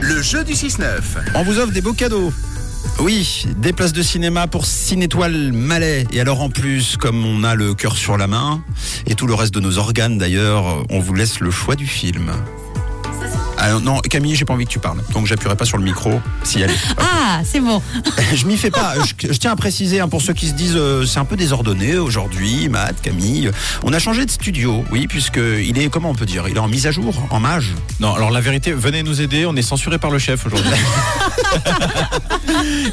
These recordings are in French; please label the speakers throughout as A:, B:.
A: Le jeu du 6-9.
B: On vous offre des beaux cadeaux. Oui, des places de cinéma pour Cinétoile Malais. Et alors en plus, comme on a le cœur sur la main, et tout le reste de nos organes d'ailleurs, on vous laisse le choix du film. Alors non, Camille, j'ai pas envie que tu parles, donc j'appuierai pas sur le micro. Si elle est-
C: Ah, c'est bon.
B: je m'y fais pas. Je, je tiens à préciser hein, pour ceux qui se disent euh, c'est un peu désordonné aujourd'hui, Matt, Camille. On a changé de studio, oui, puisque il est comment on peut dire, il est en mise à jour, en mage.
D: Non, alors la vérité, venez nous aider, on est censuré par le chef aujourd'hui.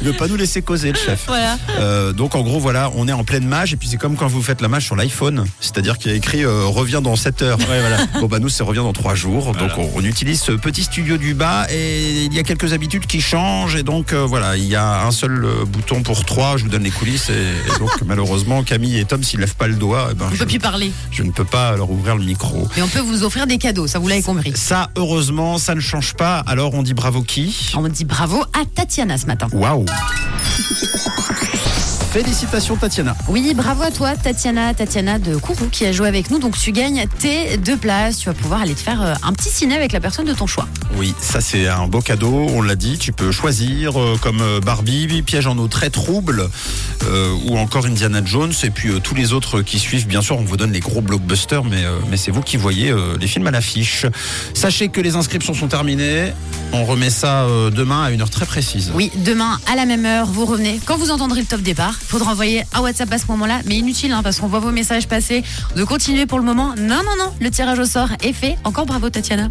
B: Il veut pas nous laisser causer le chef.
C: Voilà.
B: Euh, donc en gros voilà, on est en pleine mage et puis c'est comme quand vous faites la mage sur l'iPhone, c'est-à-dire qu'il y a écrit euh, reviens dans 7 heures. Bon bah nous c'est revient dans 3 jours, donc on, on utilise ce petit studio du bas et il y a quelques habitudes qui changent et donc euh, voilà, il y a un seul euh, bouton pour 3, je vous donne les coulisses et, et donc malheureusement Camille et Tom s'ils lèvent pas le doigt, eh ben,
C: On ne
B: je,
C: peut plus parler.
B: je ne peux pas leur ouvrir le micro.
C: Mais on peut vous offrir des cadeaux, ça vous l'avez compris.
B: Ça heureusement ça ne change pas, alors on dit bravo qui
C: On dit bravo à Tatiana ce matin.
B: Waouh Félicitations Tatiana
C: Oui, bravo à toi, Tatiana, Tatiana de Kourou qui a joué avec nous. Donc tu gagnes tes deux places. Tu vas pouvoir aller te faire euh, un petit ciné avec la personne de ton choix.
B: Oui, ça c'est un beau cadeau, on l'a dit, tu peux choisir euh, comme euh, Barbie, Piège en eau très trouble, euh, ou encore Indiana Jones, et puis euh, tous les autres qui suivent, bien sûr, on vous donne les gros blockbusters, mais, euh, mais c'est vous qui voyez euh, les films à l'affiche. Sachez que les inscriptions sont terminées, on remet ça euh, demain à une heure très précise.
C: Oui, demain à la même heure, vous revenez. Quand vous entendrez le top départ, faudra envoyer un WhatsApp à ce moment-là, mais inutile hein, parce qu'on voit vos messages passer. De continuer pour le moment. Non, non, non, le tirage au sort est fait. Encore bravo Tatiana.